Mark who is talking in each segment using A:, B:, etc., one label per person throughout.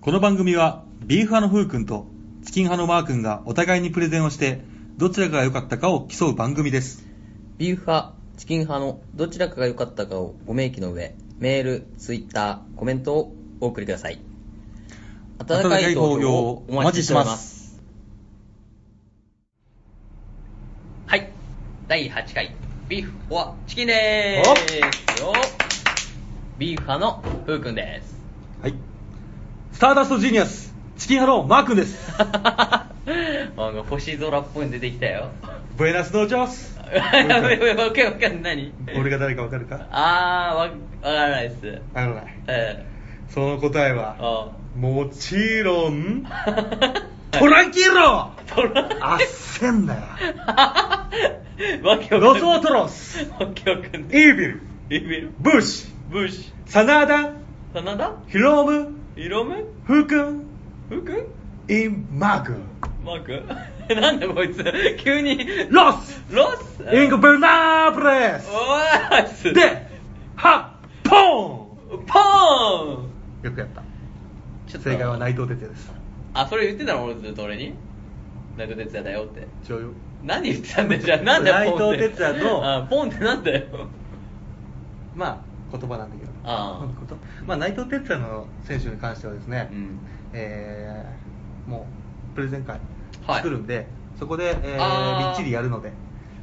A: この番組はビーフ派のふうくんとチキン派のマーくんがお互いにプレゼンをしてどちらが良かったかを競う番組です
B: ビーフ派、チキン派のどちらかが良かったかをご明記の上、メール、ツイッター、コメントをお送りください。温かい投票をお待ちしております。はい。第8回、ビーフはチキンでーす。よビーフ派のふうくんです。
A: はいスターダストジーニアスチキン派のマーくんです
B: なんか星空っぽいの出てきたよ。
A: ブエナスノーチョス
B: やべやべわけわかんない。
A: 俺が誰かわかるか
B: あー、わ、わからないっす。
A: あのない
B: え
A: その答え
B: ー、
A: は
B: あ
A: もちろん トランキーロ
B: トラ
A: あっせんだよ
B: ー わけわ
A: ロ
B: かん
A: ス
B: な
A: オ
B: い。
A: トロス
B: わけわか
A: イ
B: ん
A: ー
B: ない。
A: ビル
B: イービル。
A: ブーシ
B: ブッシ
A: サナーダ
B: ュ。真田
A: ヒロム
B: 色目
A: フーくん
B: ふくん
A: インマー君
B: マーク なんだこいつ。急に。
A: ロス
B: ロス
A: イングベルナーブレス
B: おーっす。
A: で、はっポ
B: ポーン
A: ーンよくやった
B: ちょっと
A: 正解は内藤哲也です
B: あ、それ言ってたの俺ずっと俺に。内藤哲也だよって。
A: 一応
B: 何言ってたんだよ、じゃあ。なんだよ、ポンって
A: 内藤哲也の
B: あ、ポンってなんだよ。
A: まあ言葉なんだけど
B: あー
A: こと まあ内藤哲也の選手に関してはですね、
B: うん
A: えーもうプレゼン会
B: はい
A: 作るんで、そこで、え
B: あ
A: ー、
B: ー
A: みっちりやるので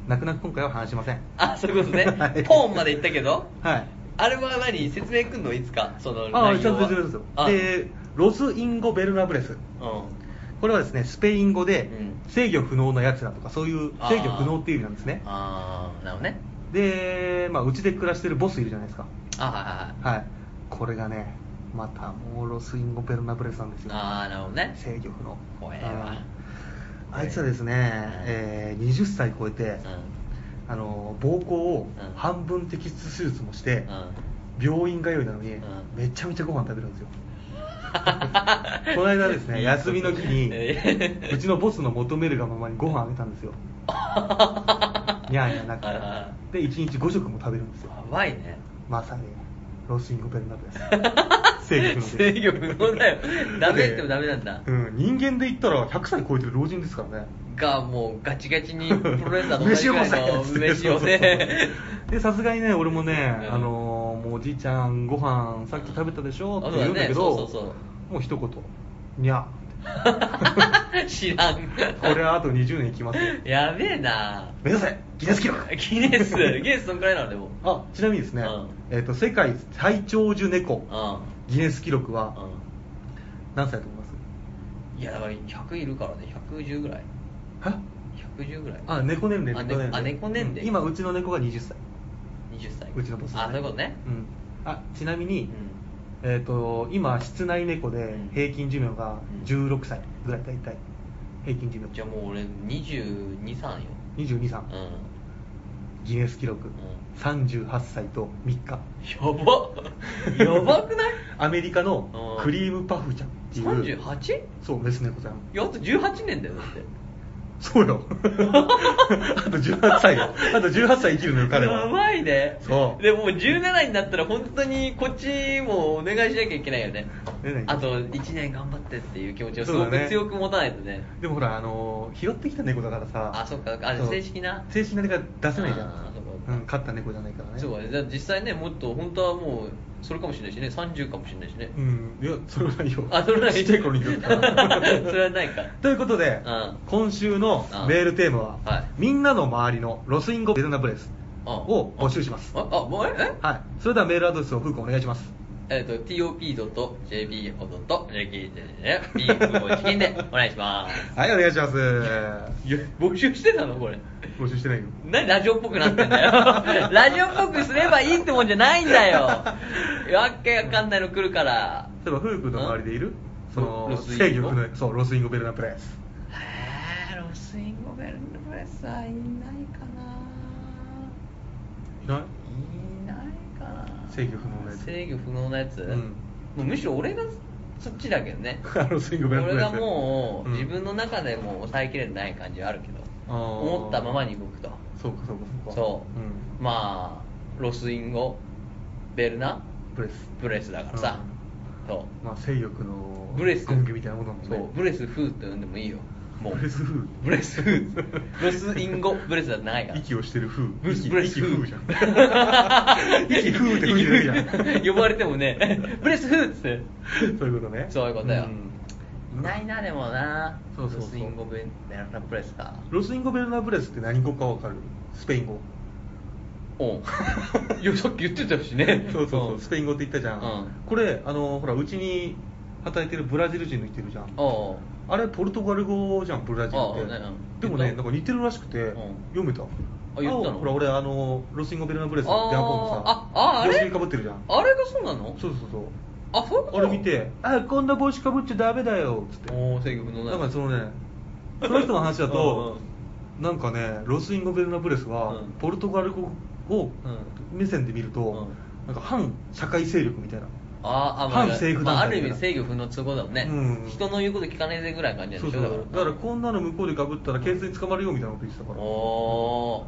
A: 泣く泣く今回は話しません
B: あ、そういうこと
A: はい
B: ね。ポンまで言ったけど。
A: はい
B: あれは何説明くんのいつかその
A: ああ
B: 内
A: ちゃ
B: 容
A: んと
B: は
A: 説明するん
B: あ
A: ですよでロス・インゴ・ベルナブレスこれはですねスペイン語で
B: うん
A: 制御不能なやつだとかそういう
B: あー
A: 制御不能っていう意味なんですね
B: ああなるほどね
A: でまあうちで暮らしてるボスいるじゃないですか
B: ああ
A: はいこれがねまたもうロス・インゴ・ベルナブレスなんですよ
B: ああなるほどね
A: 制御不能
B: 怖えわ
A: うんあいつはですね、えー20歳超えて、あの膀胱を
B: うん
A: 半分摘出手術もして、
B: うんうん
A: 病院通いなのに、
B: うん
A: めちゃめちゃご飯食べるん ですよこの間ですね休みの日に
B: ええ
A: うちのボスの求めるがままにご飯あげたんです よにゃーにゃーなくて
B: あ
A: で1日5食も食べるんですよ
B: やばいね
A: まさにロスインゴベルナ ブです
B: 制御不能だよダメってもダメなんだ
A: うん、人間で言ったら100歳超えてる老人ですからね
B: がもうガチガチにプロレスラーと同
A: 飯
B: じ
A: を
B: ぐ
A: も
B: ら
A: せ
B: いの飯
A: そうそう
B: を
A: そう
B: ね
A: でさすがにね俺もね、
B: うん
A: あのーもうおじいちゃんご飯さっき食べたでしょって言うんだけ
B: あそ
A: ど
B: うだねそうそう
A: もう一言にゃ
B: 知らん
A: これはあと20年いきますよ
B: やべえな
A: 目指せギネス記録
B: ギネスギネスそんくらいなのでも
A: あちなみにですね、
B: うん
A: えっと世界最長寿猫
B: う
A: ギネス記録
B: ん
A: は何歳だと思います
B: うんいやだから100いるからね110ぐらい
A: は
B: 110ぐらい
A: あ猫年齢
B: あねあ猫年齢
A: うん今うちの猫が20歳
B: 20歳
A: うちのボス、
B: あそういうことね
A: うん、あちなみ
B: う
A: に、
B: ん
A: えー、と今室内猫で平均寿命が16歳ぐらい大体平均寿命
B: じゃあもう俺223よ
A: 22歳、
B: うん
A: ギネス記録、38歳と3日
B: やばやばくない
A: アメリカの
B: うん
A: クリームパフちゃんっていう
B: 38?
A: そうメス猫ちゃん
B: いやあと18年だよだって
A: そうよ あと18歳よあと18歳生きるのよ彼は
B: やばいね
A: そう
B: でもう17になったら本当にこっちもお願いしなきゃいけないよね
A: え何
B: あと1年頑張ってっていう気持ちをす
A: そう
B: ご
A: だね
B: く強く持たないとね
A: でもほらあのー拾ってきた猫だからさ
B: あそっかそっかあれ
A: そう
B: 正式な
A: 正式な猫は出せないじゃ
B: あー
A: ん
B: そっかそっ、
A: う
B: か
A: ん、飼った猫じゃないからね
B: そうだねだから実際ねもっと本当はもうそれかもしれないしね30かもしれないしね
A: うんいやそれはないよ
B: あそれはない
A: ちっちゃい頃に撮った
B: それはないか
A: ということで、
B: うん
A: 今週の
B: うん
A: メールテーマは、
B: はい
A: みんなの周りのロスインゴベルナブレス
B: うん
A: を募集します、
B: ああもうええ
A: はいそれではメールアドレスをふうくんお願いします
B: えっ、と top.jpo.jp チキ ンでお願いします
A: はいお願いします
B: いや募集してたのこれ
A: 募集してないよ
B: 何ラジオっぽくなってんだよ ラジオっぽくすればいいってもんじゃないんだよわけわかんないの来るから
A: 例えばふうくんの周りでいるその
B: ロスイン
A: 制御
B: ゴ
A: 不能そうロスインゴベルナブレス
B: へえロスインゴベルのプレッサーいないかな
A: ない
B: いいないかな
A: 制御不能なやつ
B: 制御不能なやつ、
A: うん
B: もうむしろ俺がそっちだけどね
A: ロスインゴベルナブレ
B: 俺
A: ス
B: がもう、
A: ん
B: 自分の中でもう抑えきれてない感じはあるけど
A: あー
B: 思ったままに動くと
A: そうかそうかそうか
B: そう、
A: ん
B: まあロスインゴベルナ
A: ブレス
B: プレスだからさ、
C: そ
A: まあ、性欲の
B: ブレス
A: 権化みたいなものだもん
B: そ
A: ね
B: うブレスフーって呼んでもいいよもう
A: ブレスフー
B: ブレスフーブレスイ ンゴブレスだって長いから
A: 息をしてる風
B: ブレス
A: 息
B: ブレス
A: 息
B: フ
A: 風じ
B: ー
A: ゃ ん息風って風じゃないじゃん
B: 呼ばれてもねブレスフーっつって
A: そういうことね
B: そういうことよ
A: ん
B: いないなでもな
A: そうそうそう
B: ブレスインゴベララブレスか
A: ロスインゴベルナブレスって何語かわかるスペイン語
B: おう いやさっき言ってたしね
A: そうそうそうスペイン
B: 語
A: 語って言ったじゃん、
B: うん
A: これあのほらうちに働いてるブラジル人の人いるじゃん
B: おうおう
A: あれポルトガル語じゃんブラジル
B: ああ
A: って、
B: ね
A: で
B: うん
A: も
B: 言
A: ね
B: っ
A: な
B: た
A: んか似てるらしくて、
B: うん
A: 読めたあ
B: 言ったの
A: ほら俺あのロスインゴベルナブレスの
B: あー
A: デアポンのさ
B: あああれ
A: 帽子にかぶってるじゃん
B: あれがそうなの
A: そうそうそう
B: あそういうこ
A: あ
B: と
A: れ見て「あこんな帽子かぶっちゃダメだよ」っつって
B: おお性格のない
A: だからそのねその人の話だとなんかねロスインゴベルナブレスは、
B: うん
A: ポルトガル語を目線で見ると、なんか反社会勢力みたいな
B: あーあ、
A: 反政府
B: まあ、あ
A: 団体
B: る
A: みた
B: 意
A: いな
B: 味制御不能都合だもんね、
A: うん
B: 人の言うこと聞かねえぜぐらいの感じなん
A: そ
B: で
A: う
B: し
A: そ
B: ょ
A: うだからこんなの向こうでかぶったら警察に捕まるよみたいなこと言ってたから
B: お
A: こ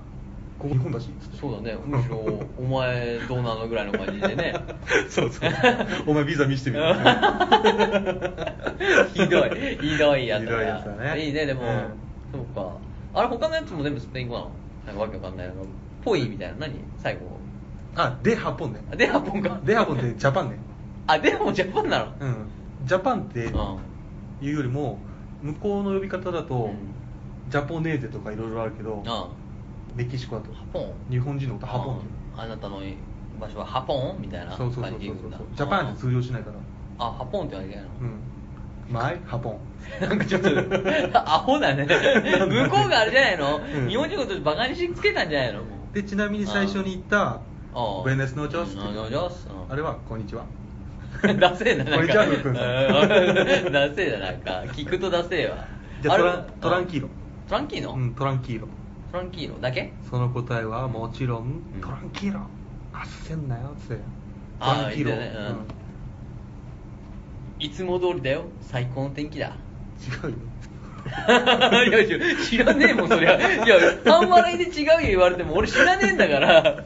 B: お
A: こ日本だしっつって
B: ーそうだねむしろお前どうなのぐらいの感じで ね
A: そうそうお前ビザ見してみ ろ
B: ひどいひどいやつ
A: ひどいやつだね
B: いいねでも、
A: うん
B: そうかあれ他のやつも全部スペイン語なのなんかわけわかんないなんかぽいみたいな何最後
A: あでハポンね
B: あデハポンか
A: でハポンってジャパンね
B: あデハポンジャパンなの
A: うんジャパンっていうよりも向こうの呼び方だと、ジャポネーゼとかいろいろあるけど
B: うんあ
A: メキシコだとハ
B: ポン
A: 日本人のことハポンって言う
B: あなたの場所はハポンみたいな
A: そう
B: 感じ
A: そうそう
B: で
A: そう
B: 言うんだ
A: そうジャパンで通用しないから
B: あハポンって言われないの、
A: うんマイハポ ン
B: なんかちょっとアホだね向こうがあれじゃないの、
A: うん
B: 日本人のことバカにしつけたんじゃないの
A: でちなみに最初に言った「ベネスノチョス」って
B: ノ
A: いう
B: チョス
A: あれは「こんにちは」
B: ダセえなな
A: これ
B: んか
A: ジャブくんさ
B: うんダセえななんか聞くとダセえわ
A: じゃあ
B: れ
A: トラントランキーロ
B: トランキーノ、
A: うんトランキーロ
B: トランキーノだけ
A: その答えはもちろん「
B: うん
A: トランキーロ」「あっせんなよ」っつってト
B: あー
A: ランキーロ
B: 言ってたね
A: う
B: うん
A: ん
B: いつも通りだよ最高の天 気だ
A: 違うよ
B: いやいや知らねえもんそりゃいや半笑いで違うよ言われても俺知らねえんだ から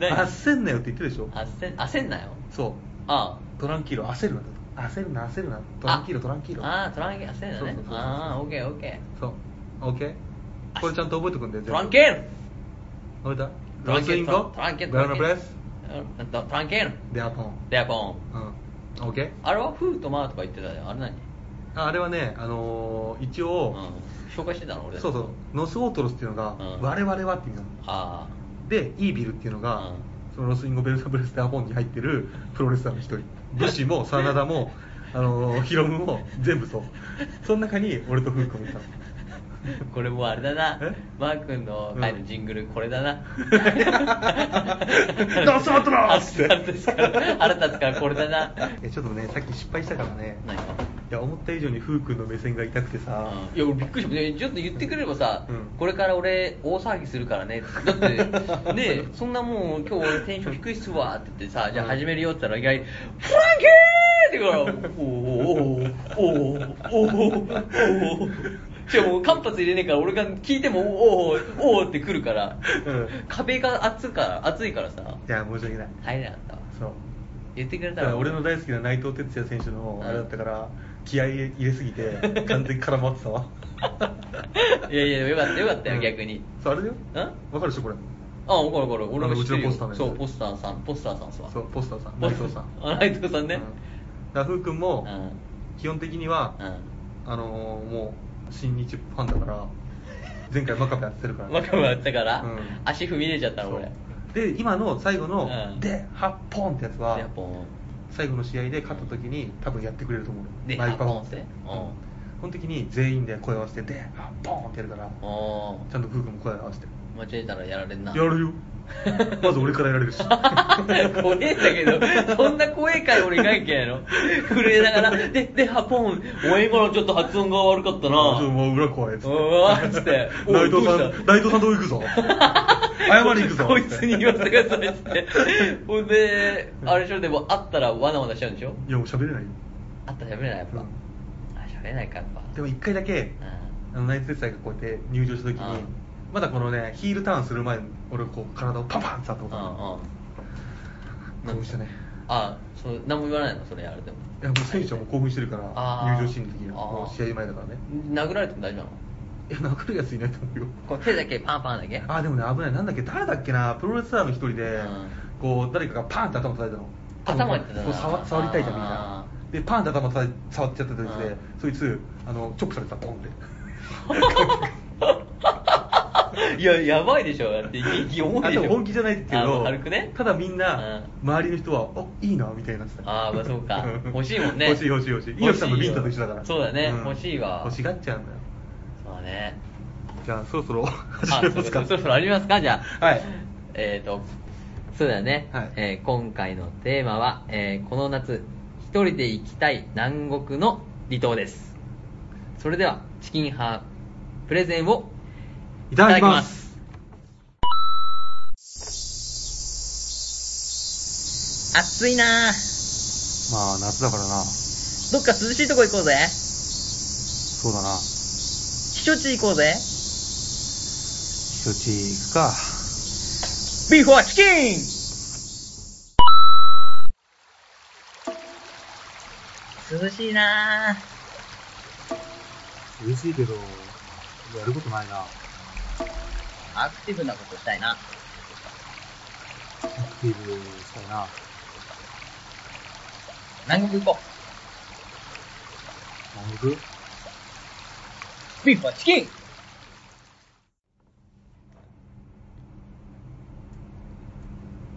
B: 何
A: あっせんなよって言ってるでしょ
B: 焦ん焦んなよ
A: そう
B: あ
A: トランキーロ焦るな焦るな焦るな
B: あ
A: トランキーロトランキーロ
B: ああトランキー焦んな
A: そうそ
B: ね
A: うそうそう
B: ああオッケーオッケ
A: そうオッケーこれちゃんと覚えてくんで
B: ートランケー
A: 覚えた
B: ノトランケー
A: イン
B: ノ
A: ゴ
B: トランケーノ
A: ベラナブレス
B: うんトランケーノ
A: デアポン
B: デアポン
A: うんオッケー
B: あれはフーとマーとか言ってたよあれ何
A: ああれはねあのー一応
B: うん紹介してたの俺
A: そうそうノスオートロスっていうのが
B: うん
A: 我々はっていうの
B: あ
A: でイービルっていうのが
B: うん
A: そのロスインゴベルサブレスデアポンに入ってるプロレスラーの一人武士 も真田もあのーヒロムも全部そうその中に俺とフーコもいたの
B: あこれもうあれだな
A: え
B: マー君の回のジングルこれだな
A: ノスオートロ
B: 腹
A: ス
B: 立つから腹立つからこれだな
A: えちょっとねさっき失敗したからね
B: 何か
A: いや思った以上にフー君の目線が痛くてさ、
B: いや俺びっくりしたねちょっと言ってくれればさ、
A: うん
B: これから俺大騒ぎするからねだ ってねそんなもう今日俺テンション低いっすわって言ってさじゃあ始めるよって言ったらいきなり「フランケー!」って言うから「おおおおおおおおおおおしかもう間髪入れねえから俺が聞いても「おーおおお」って来るから、
A: うん
B: 壁が熱いから熱いからさ
A: いや申し訳ない
B: 入れなかったわ
A: そう
B: 言ってくれ
A: だ
B: た
A: から
B: ら
A: 俺の大好きな内藤哲也選手の
B: うん
A: あれだったから、気合い入れすぎ て完全に絡まってたわ
B: いやいやよかったよかったよ、
A: うん
B: 逆に
A: そうあれだよ
B: んあ
A: わかるでしょこれ
B: 分かる分かる俺も知って
A: あ
B: る
A: のうちのポ
B: よ
A: スターのやつ
B: そうポスターさんポスターさんっすわ
A: そうポスターさん内藤さん
B: あ内藤さんね
A: うん、だからフー君も、
B: うん
A: 基本的には、
B: う
A: あのーもう新日ファンだから前回真壁やってるから
B: ん若くなったから、
A: うん
B: 足踏み入れちゃったの
A: そう
B: 俺
A: で今の最後の
B: う
A: 「
B: ん
A: で8本」ってやつは
B: でポン
A: 最後の試合で勝った時に多分やってくれると思う
B: で
A: マイパフォーマンス
B: ハッポンって
A: この時に全員で声を合わせてでハッポンってやるから
B: あ
A: ちゃんと夫婦も声を合わせて
B: あ間違えたらやられんな
A: やる よまず俺からやられるし
B: 怖えんだけど、そんな怖え回俺いかんけんやろ。震えながら、で、で、ハポン。お前今のちょっと発音が悪かった
A: ち
B: な。
A: ょっともう裏怖いっつって
B: うわーっつっておい
A: 内藤さ
B: どうし
A: ん内藤さんどう行く ぞ謝りに行くぞ
B: こいつに言わせてくださいっつって。ほんで、あれでしょ、でも会ったらわなわなしちゃうんでしょ
A: いやもう喋れないよ
B: 会ったら喋れない、やっぱ。
A: うん
B: あ、喋れないか、やっぱ。
A: でも一回だけあの内藤哲也がこうやって入場した時
B: ああ
A: にまだこのねヒールターンする前に俺こう体をパンパンって触ったことある
B: うんうん
A: こうしたね
D: あそう何も言わないのそれあれでも
A: いやもう選手はもう興奮してるから
D: あー
A: 入場シーンの時には
D: あー
A: もう試合前だからね
D: 殴られても大丈夫なの
A: いや殴るやついないと思うよ
D: こう手だけパンパンだけ
A: あーでもね危ないなんだっけ誰だっけなプロレスラーの一人で、
D: うん
A: こう誰かがパーンって頭叩いたの
D: 頭に叩い
A: こ
D: た
A: う触触りたいじゃんみん
D: あ
A: なでパーンって頭叩い触っちゃった時で、
D: うん
A: そいつあのチョップされてたポンって
D: いや、やばいでしょ、だって、息息重いでし
A: あで
D: ょ。
A: も本気じゃないけ
D: あも
A: ど
D: う軽くね。
A: ただみんな、
D: うん
A: 周りの人は「あいいな」みたいになってた
D: あーまあそうか欲しいもんね
A: 欲しい欲しい欲しい猪木さんのビンタと一緒だから
D: 欲しいよそうだね欲しいわ
A: 欲しがっちゃうんだよ
D: そうだね。
A: じゃあそろそろ
D: あ
A: 始めますか
D: そうそろそろありますか、じゃあ。
A: はい。
D: えっと、そうだね。
A: はい
B: えー今回のテーマは、えーこの夏一人で行きたい南国の離島ですそれではチキンハープレゼンを
A: いただきます
B: 暑いなぁ
A: まあ夏だからな
B: どっか涼しいとこ行こうぜ
A: そうだな
B: 避暑地行こうぜ
A: 避暑地行くか
B: ビーフォアチキン涼しいなぁ
A: 嬉しいけどやることないな
B: アクティブなことしたいな
A: アクティブしたいな
B: 南国行こ
A: 南国
B: うビーフォアチキン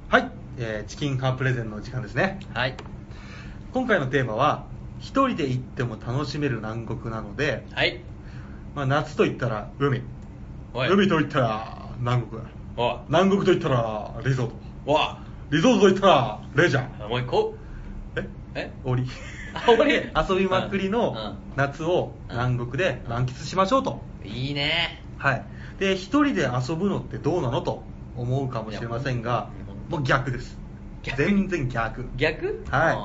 A: はい、えーチキンカープレゼンの時間ですね
D: はい。
A: 今回のテーマは一人で行っても楽しめる南国なので、
D: はい。
A: まあ、夏と言ったら海
D: おい。
A: 海と言ったら南国
D: おい。
A: 南国と言ったらリゾート
D: おい。
A: リゾートと言ったらレジャー
D: もう一個。
A: え
D: え
A: おり
D: あおり
A: で 遊びまくり
D: うん
A: の夏を南国で満喫しましょうと
D: いいね。
A: はいで一人で遊ぶのってどうなのと思うかもしれませんが
D: い
A: も
D: や
A: う逆です
D: 逆
A: 全然逆
D: 逆
A: は
D: あ
A: い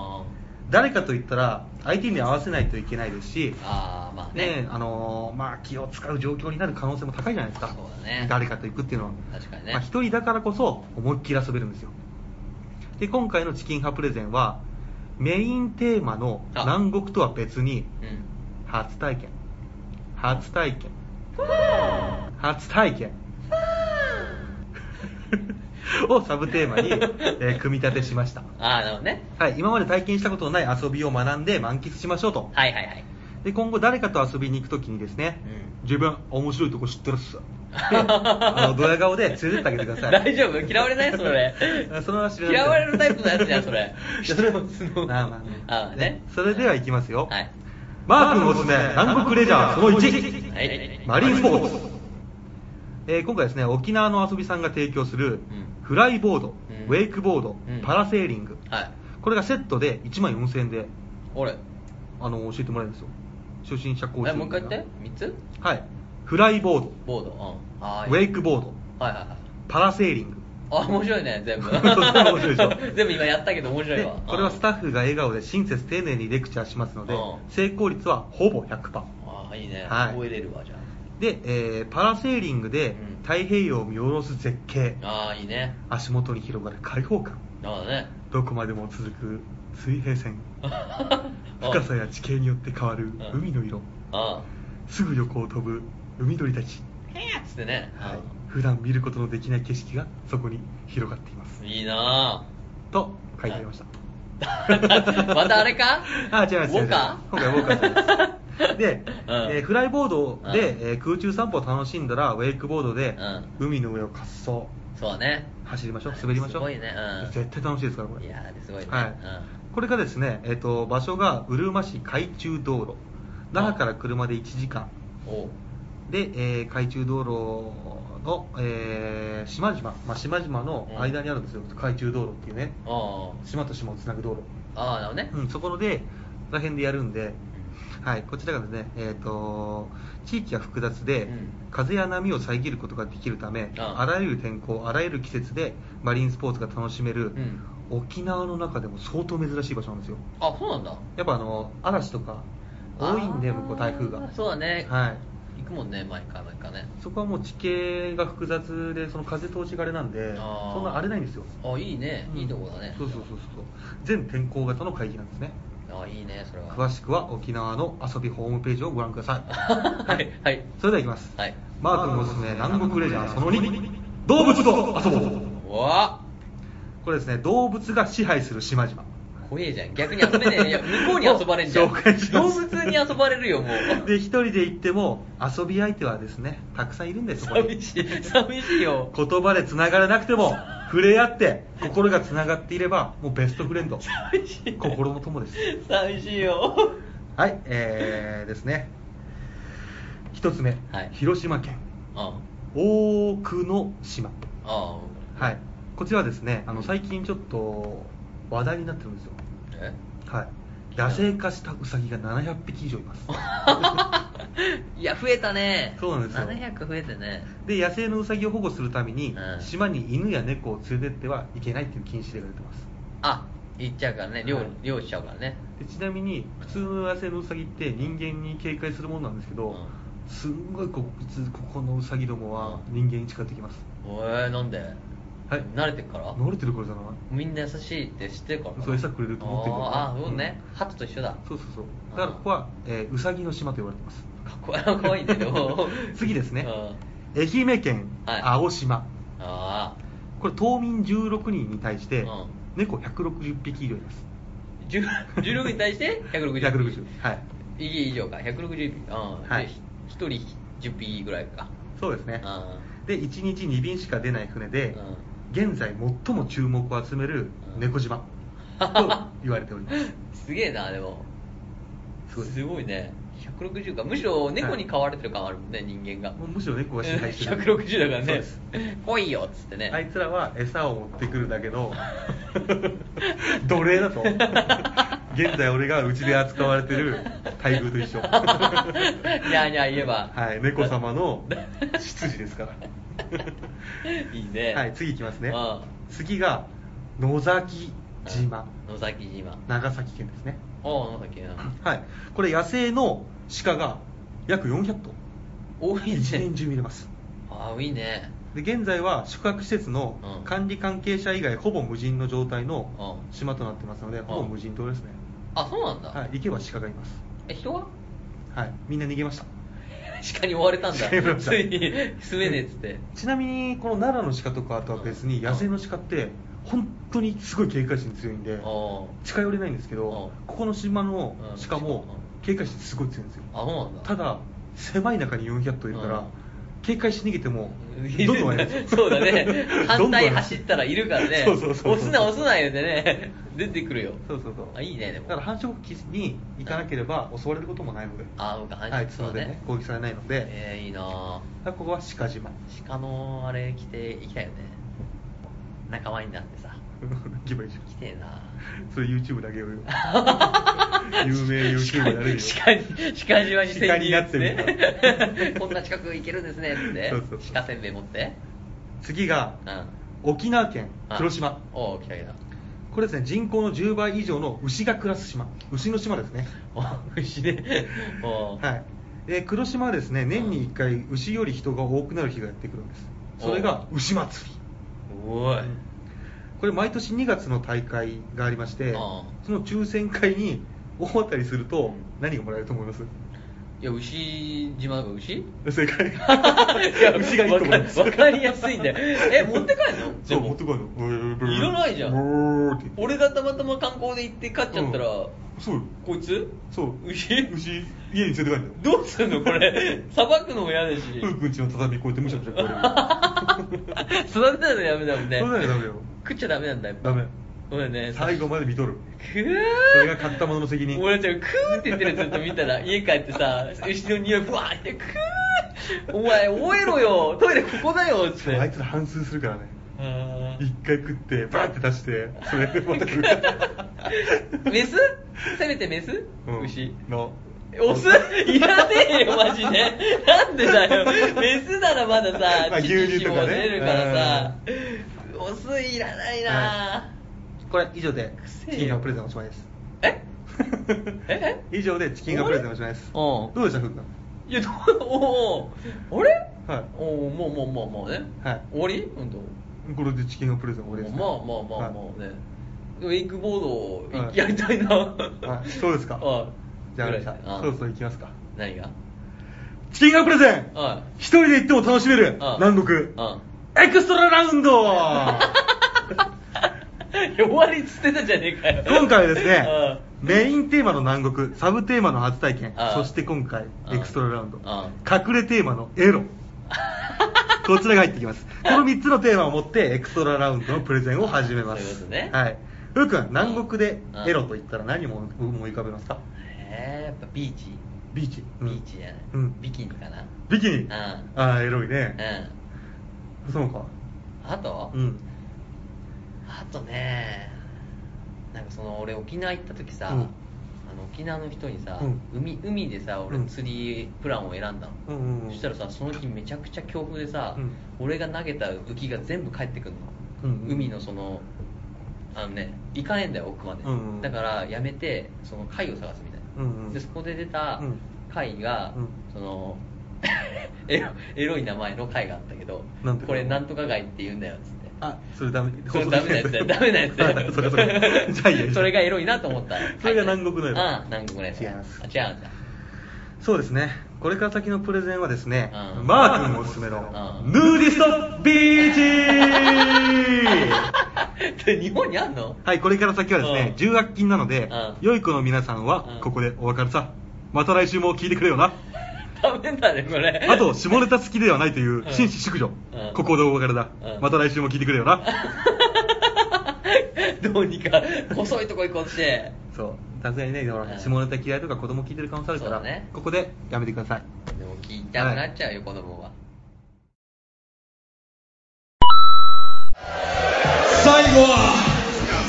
A: 誰かと言ったら相手に合わせないといけないですし
D: ーあー、まあね。
A: ねあのーまあ、気を使う状況になる可能性も高いじゃないですか
D: そうだね
A: 誰かと行くっていうのは
D: 確かにね
A: まあ、一人だからこそ思いっきり遊べるんですよで今回のチキンハプレゼンはメインテーマの
D: あ
A: 南国とは別に
D: うん。
A: 初体験初体験初体験 をサブテーマに、えー組み立てしました
D: ああ、なるほどね。
A: はい、今まで体験したことのない遊びを学んで満喫しましょうと
D: はいはいはい。
A: で今後誰かと遊びに行くときにですね、自分面白いとこ知ってる っすであのドヤ顔で連れてってあげてください
D: 大丈夫嫌われないそれ
A: それは知らない
D: 嫌われるタイプのやつじゃんそれ
A: いやそれも
D: その
A: まあまあね
D: ああね
A: それではいきますよ、
D: はい
A: マー君おすすめ南国レジャーその1、
D: はいはいはい
A: マリンスポーツ、えー今回ですね沖縄の遊びさんが提供するフライボード、
D: うん
A: ウェイクボード、
D: うん
A: パラセーリング、
D: はい
A: これがセットで1万4000円で
D: 俺
A: あの教えてもらえるんですよ初心者講
D: え
A: 習
D: もう一回言って3つ
A: はいフライボード
D: ボードうんあ
A: ウェイ
D: ク
A: クボード
D: はいはいはい
A: パラセーリング
D: あ面白いね全部
A: そう全部 面白いでしょ
D: 全部今やったけど面白い
A: で
D: わ
A: これはスタ
D: ッフ
A: ッフが笑顔で親切丁寧にレクチャーしますので
D: うん
A: 成功率はほぼ100%
D: ああいいね
A: はい
D: 覚えれるわじゃ
A: で、えーパラセーリングで
D: うん
A: 太平洋を見下ろす絶景
D: あああいいね
A: 足元に広がる開放感
D: なるほどね
A: どこまでも続く水平線
D: あ
A: 深さや地形によって変わる
D: ん
A: 海の色
D: あ
A: すぐ横を飛ぶ海鳥たち
D: あへえっつってね
A: はい普段見ることのできない景色がそこに広がっています
D: いいなあ
A: と書いてありました
D: またあれか
A: あ違います
D: ウォーカー
A: 違います今回ウォーカーさんですで、
D: うん
A: えーフライボードで、
D: うん
A: えー空中散歩を楽しんだらウェイクボードで、
D: う
A: 海の上を滑走
D: そうだね
A: 走りましょう滑りましょう
D: すごいねうん
A: 絶対楽しいですからこれ
D: いやーすごいね
A: はいこれがですね、えー、と場所がうるま市海中道路那覇から車で1時間
D: うんおう
A: で、えー海中道路の、えー島々、まあ、島々の間にあるんですよ、海中道路っていうね
D: あ
A: 島と島をつなぐ道路
D: あああなるほどね
A: うん、そこので、ら辺でやるんで、はい、こちらがですね、えー、と地域が複雑で、
D: うん
A: 風や波を遮ることができるため、
D: あ
A: あらゆる天候、あらゆる季節でマリンスポーツが楽しめる、
D: ん
A: 沖縄の中でも相当珍しい場所なんですよ。
D: あそうなんだ
A: やっぱあの嵐とか多いんで、
D: あー
A: 向こう、台風が。
D: そうだね
A: はい
D: 行くもんね毎回毎回ね
A: そこはもう地形が複雑でその風通しがあれなんで
D: あー
A: そんな荒れないんですよ
D: あいいねいいとこだね、
A: そうそうそうそう全天候型の会議なんですね
D: あいいねそれは
A: 詳しくは沖縄の遊びホームページをご覧ください
D: はいはい
A: それではいきます、
D: はい
A: マー君おすすめ南国レジャーその2動物と遊ぼう
D: うわ
A: これですね動物が支配する島々
D: 怖えじゃん逆に遊べねえいや向こうに遊ばれんじゃん
A: 紹介しま
D: 動
A: す
D: 物に遊ばれるよもう
A: で一人で行っても遊び相手はですねたくさんいるんですそこに
D: 寂しい寂しいよ
A: 言葉でつながれなくても触れ合って心がつながっていればもうベストフレンド心の友です
D: 寂しいよ
A: はいえー、ですね一つ目、
D: はい
A: 広島県
D: あ
A: 大久野島
D: あ
A: はいこちらはですねあの最近ちょっと話題になってるんですよ
D: え
A: はい野生化したウサギが700匹以上います
D: いや増えたね
A: そうなんですよ
D: 700増えてね
A: で野生のウサギを保護するために、
D: うん
A: 島に犬や猫を連れてってはいけないっていう禁止令が出てます
D: あ行っちゃうからね漁
A: はい
D: 漁しちゃうからね
A: でちなみに普通の野生のウサギって人間に警戒するものなんですけど、
D: うん
A: すんごいこいつここのウサギどもは人間に近づいてきます、
D: おえなんで
A: はい
D: 慣れてっから
A: 慣れてるからじゃない
D: みんな優しいって知ってるからな
A: そう餌くれると思ってるから
D: あーあーそうね鳩と一緒だ
A: そうそうそうだからここは、えーウサギの島と言われてます
D: かっこいいかっ こいいけど
A: 次ですね
D: うん
A: 愛媛県
D: はい
A: 青島、
D: ああ
A: これ島民16人に対して、
D: うん
A: 猫160匹以上います
D: 10 16に対 して160
A: 160はい
D: いい以上か160匹うん、
A: はい
D: で1人10匹ぐらいか
A: そうですね
D: あ
A: で1日2便しか出ない船で、現在最も注目を集める猫島と言われております
D: すげえなでも
A: すごい
D: すごいね160かむしろ猫に飼われてる感あるもんね、人間が
A: もうむしろ猫が支配 してる
D: 160だから
A: そう
D: ね
A: です
D: 来いよっつってね
A: あいつらは餌を持ってくるだけ ど奴隷だと現在俺がうちで扱われてる待遇と一 緒
D: にゃーにゃー言えば
A: はい猫様の執事ですから
D: いい ね
A: はい次いきますね
D: うん
A: 次が野崎島
D: 野崎島
A: 長崎県ですね
D: お野崎
A: はいこれ野生の鹿が約400頭
D: 多いね
A: 一年中見れます
D: ああいいね
A: で現在は宿泊施設の
D: うん
A: 管理関係者以外ほぼ無人の状態の
D: うん
A: 島となってますので、ほぼ無人島ですね、
D: あそうなんだ、
A: はい、行けば鹿がいます、
D: え人は
A: はい、みんな逃げました
D: 鹿に追われたんだ
A: 鹿に追われました
D: ついに住めねえっつって
A: ちなみにこの奈良の鹿とかとは別に野生の鹿って本当にすごい警戒心強いんで
D: あ
A: 近寄れないんですけど
D: うん
A: ここの島の
D: うん
A: 鹿も
D: う
A: 警戒心すごい強いんですよ
D: あそうなんだ
A: ただ狭い中に400頭いるか
D: うん
A: ら警戒して逃げて もどんどんやります
D: そう だね反対走ったらいるからね
A: そうそうそう
D: 押すな押すな言うてね出てくるよ
A: そうそうそう
D: あいいねでも
A: だから繁殖期に行かなければ襲われることもないので
D: あそうか繁殖
A: はい角で
D: そうね
A: ね攻撃されないので、
D: えー、いいな
A: だからここは鹿島
D: ぁ鹿のあれ着て行きたいよね仲間になってさ
A: ギバいじゃん
D: 来てえな
A: それ YouTube だけよ有名 YouTuber やれるよ
D: 鹿に鹿島に潜入
A: 鹿になってみ
D: ね こんな近く行けるんですねっつって
A: そうそうそう
D: 鹿せんべい持って
A: 次が
D: うんあ
A: 沖縄県黒島
D: おお来た来た
A: これですね人口の10倍以上の牛が暮らす島牛の島ですね
D: お牛ね おう
A: はいで黒島はですね年に1回牛より人が多くなる日がやってくるんですそれが牛祭り
D: おい
A: これ毎年2月の大会がありまして
D: ああ
A: その抽選会に 大当たりすると何がもらえると思います
D: いや牛島が牛
A: 正解
D: い や
A: 牛が1個もらえます
D: わかわかりやすいんだよえ持って帰んの
A: そう持ってこいのブーブー
D: いらないじゃん
A: ブーって
D: 俺がたまたま観光で行って帰っちゃったら、
A: うんそうよ
D: こいつ
A: そう
D: 牛
A: 牛家に連れて帰るんだよ
D: どうすんの これさばくのも嫌だし
A: ふうくんちの畳こうやってむしゃむしゃ食われ る
D: 育てたらダメだもんね
A: そうだよダメよ
D: 食っちゃダメなんだやっぱ
A: ダメ
D: そうだね
A: 最後まで見とる
D: くー
A: それが買ったものの責任
D: 俺たちがクーって言ってるやつずっと見たら家帰ってさ牛の匂いふわーってクーお前終えろよトイレここだよっつっ
A: そう
D: て
A: あいつら反数するからね
D: あー
A: 一回食ってバーって出してそれでまた食う う
D: メスせめてメス、
A: ん
D: 牛
A: の
D: オスいらねえよマジでなんでだよメスならまださ、
A: まあ牛乳とかね
D: 乳脂肪出るからさオスいらないな、
A: これ以上で
D: くせえよ
A: チキンのプレゼン おしまいです
D: ええ
A: 以上でチキンがプレゼンおしまいです
D: お
A: どうでしたふうくん
D: いや、どうおお、あれ、
A: はい
D: おお、もうもうもうもうね、
A: はい
D: 終わり本当。
A: これでチキンのプレゼン終わりですね
D: まあまあまあまあ
A: はい
D: ね、ウェイクボードをやりたいな、
A: はいそうですか
D: はい
A: じゃあ有吉
D: ぐらい
A: さ
D: あ
A: んそろそろ行きますか
D: 何が
A: チキンのプレゼン
D: は
A: 一人で行っても楽しめる
D: あ
A: 南国
D: あ
A: エクストララウン ド
D: いや終わりっつってたじゃねえかよ
A: 今回はですね
D: あ
A: メインテーマの南国サブテーマの初体験
D: あ
A: そして今回
D: あ
A: エクストララウンド
D: あ
A: 隠れテーマのエ ロこちらが入ってきますこの3つのテーマを持ってエクストララウンドのプレゼンを始めます
D: そういうことね
A: はいふうくん南国で
D: あ
A: エロと言ったら何を思い浮かべますか
D: えー、やっぱビーチ
A: ビーチうん
D: ビーチじゃない、
A: うん
D: ビキニかな
A: ビキニ
D: うん
A: ああエロいね
D: う
A: そうか
D: んあと、
A: うん
D: あとねなんかその俺沖縄行った時さ、
A: うん
D: あの沖縄の人にさ、
A: うん
D: 海海でさ俺
A: うん
D: 釣りプランを選んだの、
A: うんうんうん
D: そしたらさその日めちゃくちゃ強風でさ、
A: うん
D: 俺が投げた浮きが全部返ってくるの、
A: うんうん
D: 海のそのあのね行かねえんだよ奥まで、
A: うんうん
D: だからやめてその貝を探すみたいな、
A: うんうん
D: でそこで出た
A: うん
D: 貝が、
A: うん
D: その エロエロい名前の貝があったけど
A: なんて
D: これなんとか貝って言うんだよっつって
A: あそれダメ
D: それダメな やつだよ、ダメなやつだよ。
A: それそれじゃあいいや
D: それがエロいなと思った。
A: それが南国のエロ
D: うん、南国のやつ。
A: 違います
D: あ違うんだ。
A: そうですねこれから先のプレゼンはですね、
D: うん
A: マー君おすすめの、
D: うん
A: ヌーディストビー チ
D: で日本にあんの
A: はいこれから先はですね、
D: うん
A: 重悪禁なので、
D: うん
A: 良い子の皆さん
D: うん
A: はここでお別れさまた来週も聞いてくれよな
D: ダメだね、これ。
A: あと下ネタ好きではないという
D: うん
A: 紳士淑女、
D: うん
A: ここでお別れだ、
D: うん
A: また来週も聞いてくれよ な
D: どうにか、細いとこ行こうとして。
A: そうさすがにねほ
D: う
A: ら
D: ん
A: 下ネタ嫌いとか子供聞いてる可能性あるか
D: そ
A: ら、
D: うだね
A: ここでやめてください
D: でも聞いたくなっちゃうよ、子供は。
E: 最後は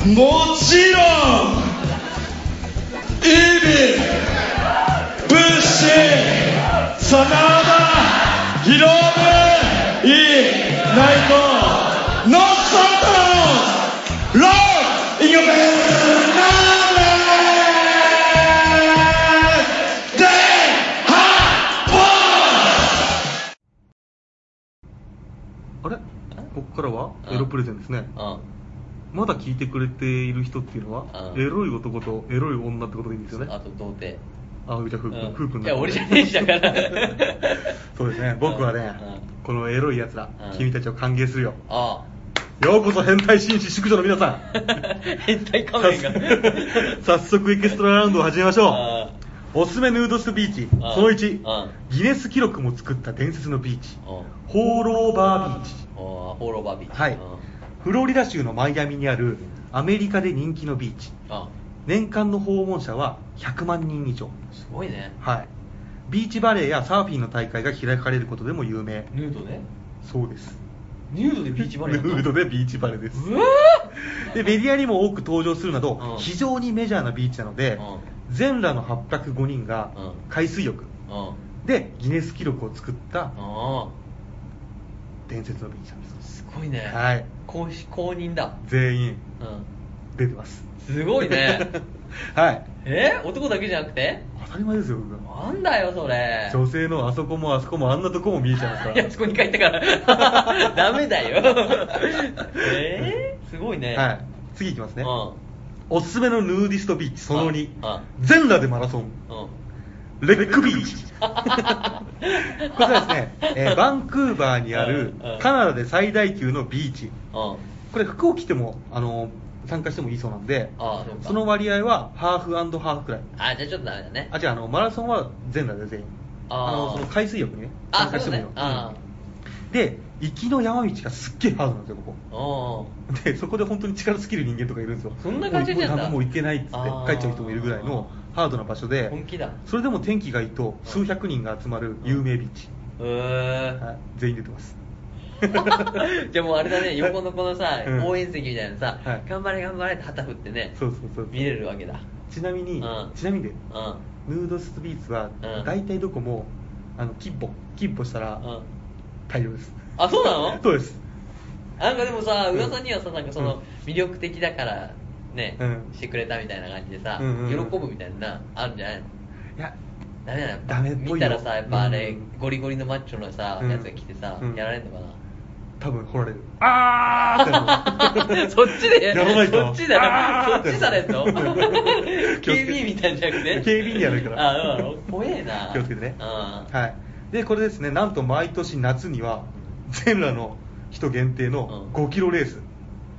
E: もちろんイビブッシー真田ヒロムイナイトノックソントロックインヨベルナーレでハッポン
A: あれここからはエロプレゼンですね、
D: うん。
A: まだ聞いてくれている人っていうのは、
D: うん
A: エロい男とエロい女ってことでいいんですよね
D: あと、童貞。
A: あじゃあふうく
D: うん
A: んふうくん
D: い
A: だ
D: や、俺じゃねえし、だから。
A: そうですね僕はね
D: うんうん
A: このエロいやつら
D: うん
A: 君たちを歓迎するよ
D: あ
A: ようこそ変態紳士淑女の皆さん
D: あ。変態仮面 が。
A: 早速エクストララウンドを始めましょ
D: あ
A: うおすすめヌードスビーチ
D: あ
A: その1
D: あ
A: ギネス記録も作った伝説のビーチ
D: お
A: ホーローバービーチ
D: おホーローバービー。
A: はい
D: うん
A: フロリダ州のマイアミにあるアメリカで人気のビーチ
D: あ
A: 年間の訪問者は100万人以上
D: すごいね。
A: はいビーチバレーやサーフィンの大会が開かれることでも有名
D: ヌードね。
A: そうです
D: ヌードでビーチバレーやった
A: ヌードでビーチバレーです
D: うわ
A: でメディアにも多く登場するなど、
D: うん
A: 非常にメジャーなビーチなので、
D: う
A: 全裸の805人が
D: うん
A: 海水浴
D: ーうん。
A: でギネス記録を作った
D: あ
A: 伝説のビーチなんです
D: あ、すごいね。
A: はい
D: 公式公認だ。
A: 全員
D: うん。
A: 出てます
D: すごいね。
A: はい
D: え男だけじゃなくて
A: 当たり前ですよ僕は
D: なんだよ、それ。
A: 女性のあそこもあそこもあんなとこも見えちゃいますか
D: いや、
A: ら
D: そこに書い たから。ダメだよ。えー、すごいね。
A: はい次いきますね、
D: う
A: おすすめのヌーディストビーチその2
D: ああ
A: 全裸でマラソン
D: ん。うん。
A: レックビ ーチこちらですね、えーバンクーバーにある
D: うんうん
A: カナダで最大級のビーチ
D: うん。
A: これ服を着てもあの参加してもいいそうなんで
D: ああそうか
A: その割合はハーフハーフくらい
D: あ、じゃあちょっとダメだね。
A: あじゃああのマラソンは全裸で全員
D: ああ
A: のその海水浴にね
D: あ
A: 参加してもいいの
D: そうねああ
A: うんで行きの山道がすっげえハードなんですよここ
D: うん。
A: でそこで本当に力尽きる人間とかいるんですよ
D: そんな感じなんだ
A: もうもう行けないっつって
D: あー
A: 帰っちゃう人もいるぐらいのハードな場所で
D: 本気だ
A: それでも天気がいいと数百人が集まる有名ビーチ、
D: うー
A: はい全員出てます
D: じゃあもうあれだね、横のこのさ、
A: うん
D: 応援席みたいなのさ、
A: はい
D: 頑張れ頑張れって旗振ってね、
A: そうそうそう
D: 見れるわけだ。
A: ちなみに、
D: うん
A: ちなみにだよ
D: う
A: ヌードスビーチは
D: うん
A: 大体どこも、あのキッポキッポしたら
D: ん。うん。
A: 大量です
D: あ、そうなの
A: そうです
D: なんかでもさ、
A: うん
D: 噂にはさ、なんかその、魅力的だから、ね
A: う、ん
D: してくれたみたいな感じでさ、
A: うんうんうん
D: 喜ぶみたいな、あるんじゃないの
A: いや
D: ダメだよ
A: ダメっぽいよ
D: 見たらさやっぱあれ、
A: うん
D: ゴリゴリのマッチョのさ、
A: うん
D: やつが来てさ、
A: うん
D: やられんのか
A: 多分来られるあーってなる
D: な そっちで
A: やらないと
D: そっちだ
A: あー
D: な
A: っ
D: そ
A: て
D: っちさ れんの
A: 気をつけて
D: ?KB みたいじゃなくて
A: KB じゃないから
D: あうん怖えな
A: 気をつけてね
D: うん
A: はいでこれですねなんと毎年夏には全裸の人限定の
D: うん
A: 5キロレース、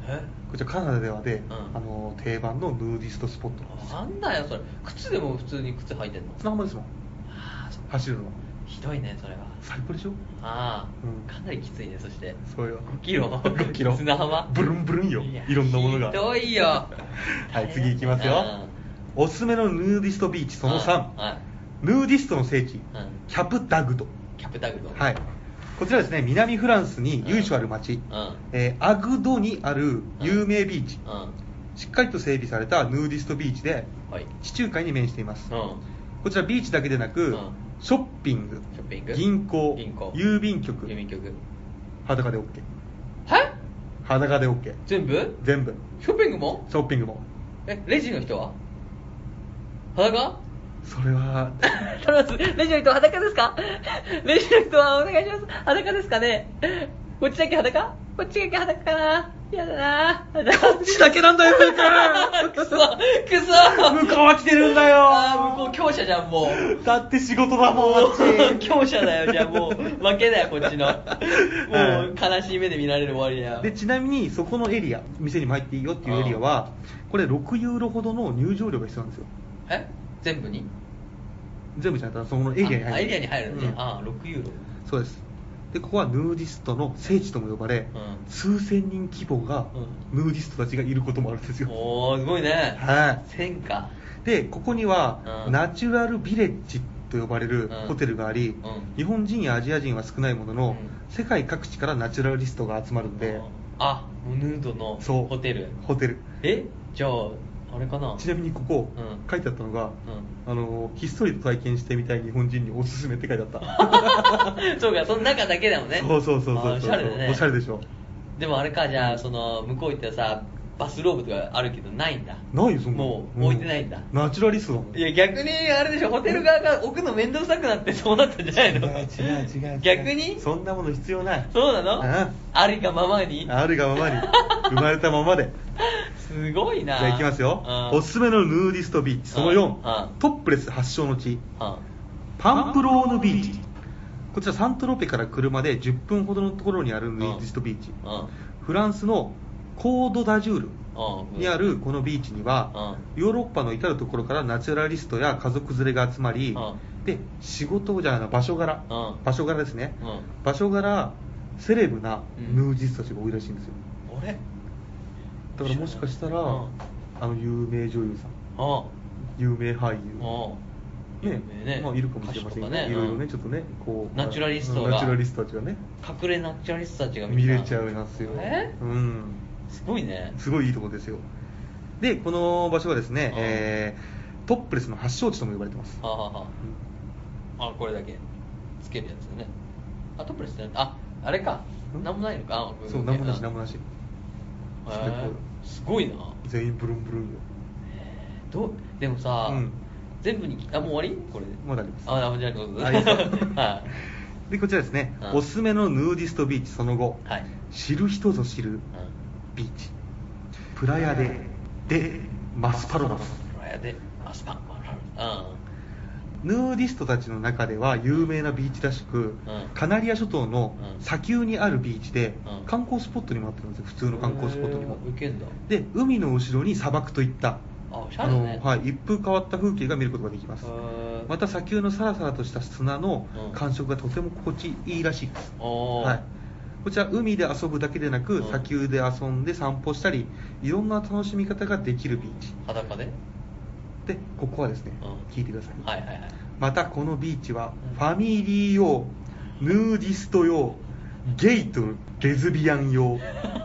D: え
A: こちらカナダではで、
D: ん
A: あの定番のヌーディストスポットなんですよ
D: なんだよそれ靴でも普通に靴履いてんの
A: 砂浜ですもん
D: あーそ
A: 走るのは
D: ひどいねそれは
A: 最高でしょ
D: ああ、
A: うん
D: かなりきついねそして
A: そうよ
D: 5キロ
A: 5キロ
D: 砂浜
A: ブルンブルンよ
D: や
A: いろんなものが
D: ひどいよ
A: はい次いきますよおすすめのヌーディストビーチその3、
D: はい
A: ヌーディストの聖地、
D: ん
A: キャプダグド
D: キャプタグの
A: はいこちらですね南フランスに由緒ある町、
D: うん
A: えーアグドにある有名ビーチ、
D: うん
A: しっかりと整備されたヌーディストビーチで
D: はい
A: 地中海に面しています、
D: うん
A: こちらビーチだけでなく、
D: うん
A: ショッピング
D: ショッピング
A: 銀行
D: 銀行
A: 郵便局
D: 郵便局
A: 裸で OK
D: はい
A: 裸で OK
D: 全部
A: 全部
D: ショッピングも
A: ショッピングも
D: えレジの人は裸
A: それ は
D: 頼み ますレジの人裸ですかレジの人はお願いします裸ですかねこっちだけ裸こっちだけ裸かなやだな こっちだけなんだよ向こう くそくそ
A: 向こうは来てるんだよ
D: ああ向こう強者じゃんもう
A: だって仕事だもんあっち
D: 強者だよじゃあもう 負けだよこっ ちのもう悲しい目で見られる終わりだよ
A: でちなみにそこのエリア店にも入っていいよっていうエリアはこれ6ユーロほどの入場料が必要なんですよ
D: え全部に
A: 全部じゃなくてそこのエリアに入る
D: あエリアに入るのね、
A: うん
D: ああ6ユーロ
A: そうですでここはヌーディストの聖地とも呼ばれ、
D: うん
A: 数千人規模がヌーディストたちがいることもあるんですよ、
D: おーすごいね
A: はい
D: 1000か
A: でここには、
D: うん
A: ナチュラルビレッジと呼ばれる
D: うん
A: ホテルがあり、
D: うん
A: 日本人やアジア人は少ないものの、
D: うん
A: 世界各地からナチュラリストが集まるんで、
D: あもうヌードの
A: そう
D: ホテル
A: ホテル
D: えじゃああれかな
A: ちなみにここ、
D: うん
A: 書いてあったのが、
D: う
A: あのひっそりと体験してみたい日本人におすすめって書いてあった
D: ん そうかその中だけだもんね
A: そうそうそうそうそう
D: あーおしゃれだね
A: おしゃれでしょ
D: でもあれかじゃあその向こう行ったらさバスローブとかあるけどないんだ
A: ないよそんなの
D: も
A: う
D: う置いてないんだ、
A: ナチュラリストだもん
D: いや逆にあれでしょホテル側が置くの面倒くさくなってそうなったんじゃないの逆に
A: そんなもの必要ない
D: そうなの、
A: うん
D: ありがままに
A: あるがままに生まれたままです
D: ごい
A: じ
D: な
A: ゃあいきますよ、
D: うん、
A: おすすめのヌーディストビーチその4、
D: うん
A: トップレス発祥の地
D: うん
A: パンプローヌビーチこちらサントロペから車で10分ほどのところにあるヌーディストビーチ、
D: うん
A: フランスのコード・ダジュール
D: うん
A: にあるこのビーチには、ヨーロッパの至る所からナチュラリストや家族連れが集まり、
D: う
A: で仕事じゃない場所柄、
D: うん
A: 場所柄ですね、
D: うん
A: 場所柄セレブな
D: うん
A: ヌージストたちが多いらしいんですよ、
D: あれ
A: だからもしかしたら、
D: うん
A: あの有名女優さん
D: あ
A: 有名俳
D: あ
A: 優ね
D: 有名ね
A: まあ、いるかもしれませんけどね
D: 歌手とかね
A: いろいろね、
D: うん
A: ちょっとねこう
D: ナチュラリストが
A: ナチュラリストたちがね
D: 隠れナチュラリストたちが
A: 見
D: んな
A: れちゃうんですよ
D: え
A: うん
D: すごいね
A: すごいいいところですよでこの場所はですね、
D: うん
A: えートップレスの発祥地とも呼ばれてます
D: はあ、はあはあ、あこれだけつけるやつだねあトップレスだねああれか
A: ん
D: なんもないのかあ
A: そうなんもなしなんもなし
D: へーすごいな
A: 全員ブルンブルンよ
D: どうでもさ、
A: うん
D: 全部にあもう終わりこれ
A: まだあります
D: あダメじゃないってこと
A: あいいですか
D: は
A: でこちらですね、
D: うん
A: おすすめのヌーディストビーチその後、
D: い、はい
A: 知る人ぞ知るビーチプラヤででマスパロダス
D: プラヤでアスパンう
A: ヌーディストたちの中では有名なビーチらしく、
D: うん
A: カナリア諸島の
D: うん
A: 砂丘にあるビーチで、
D: うん
A: 観光スポットにもなってるんですよ普通の観光スポットにも
D: へーウケんだ
A: で海の後ろに砂漠といった
D: あおしゃれだね
A: あのはい、一風変わった風景が見ることができます
D: へー
A: また砂丘のサラサラとした砂の
D: うん
A: 感触がとても心地いいらしいです、
D: おー
A: はい、こちら海で遊ぶだけでなく、
D: うん
A: 砂丘で遊んで散歩したりいろんな楽しみ方ができるビーチ
D: 裸で
A: でここはですね、
D: うん
A: 聞いてください、
D: はいはいはい
A: またこのビーチは
D: うん
A: ファミリー用ヌーディスト用ゲイとレズビアン用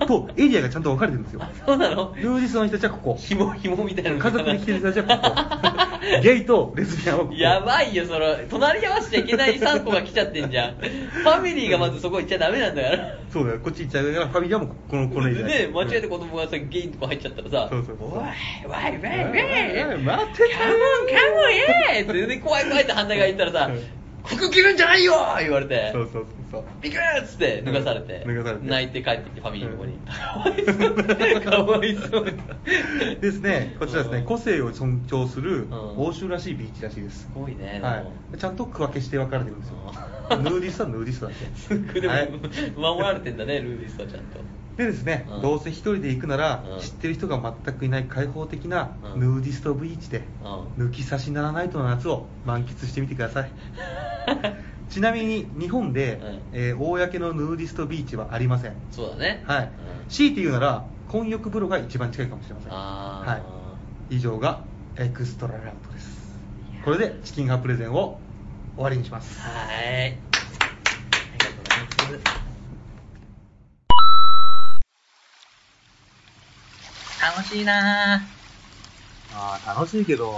A: とエリアがちゃんと分かれてるんです よ
D: そうなの
A: ルージスの人たちはここ
D: ひもひもみたいなの
A: 家族で来てる人たちはここゲイとレズビアンはここ
D: やばいよその隣り合わせちゃいけない3個が来ちゃってんじゃんファミリーがまずそこ行っちゃダメなんだから
A: そうだよこっち行っちゃうからファミリーはもうこのこのエリア
D: ね間違えて子供がさゲイのとこ入っちゃったらさ「
A: そうそうそう
D: おいおいおいおいおい
A: おいおい待って
D: カモンカモンイエーイ!」ってで怖い怖いって反対側行ったらさ「服着るんじゃないよ!」言われて
A: そうそうそうそう
D: ビクッつって脱がされて
A: 脱がされて
D: 泣いて帰ってきてファミリーのとこにかわいそうかわいそうに
A: ですね、こちらです
D: う
A: ね
D: ん、
A: 個性を尊重する
D: うん
A: 欧州らしいビーチらしいです。
D: すごいね
A: は
D: でも
A: い。ちゃんと区分けして分かれてるんですよ。ヌーディストはヌーディストだって。
D: でも、
A: はい
D: 守られてんだねルーディスはちゃんと
A: でですね
D: うん、
A: どうせ一人で行くなら
D: うん、
A: 知ってる人が全くいない開放的な
D: うん
A: ヌーディストビーチで、
D: う
A: 抜き差しならないとの夏を満喫してみてくだ さい。ちなみに日本で
D: うん、
A: えー公のヌーディストビーチはありません。
D: そうだね
A: は
D: うん
A: い、強いて言うなら混浴風呂が一番近いかもしれません、
D: あー
A: はい、以上がエクストララウトですこれでチキンハプレゼンを終わりにします
D: はーいありがとうございます楽しいなぁ
F: ああ、楽しいけど、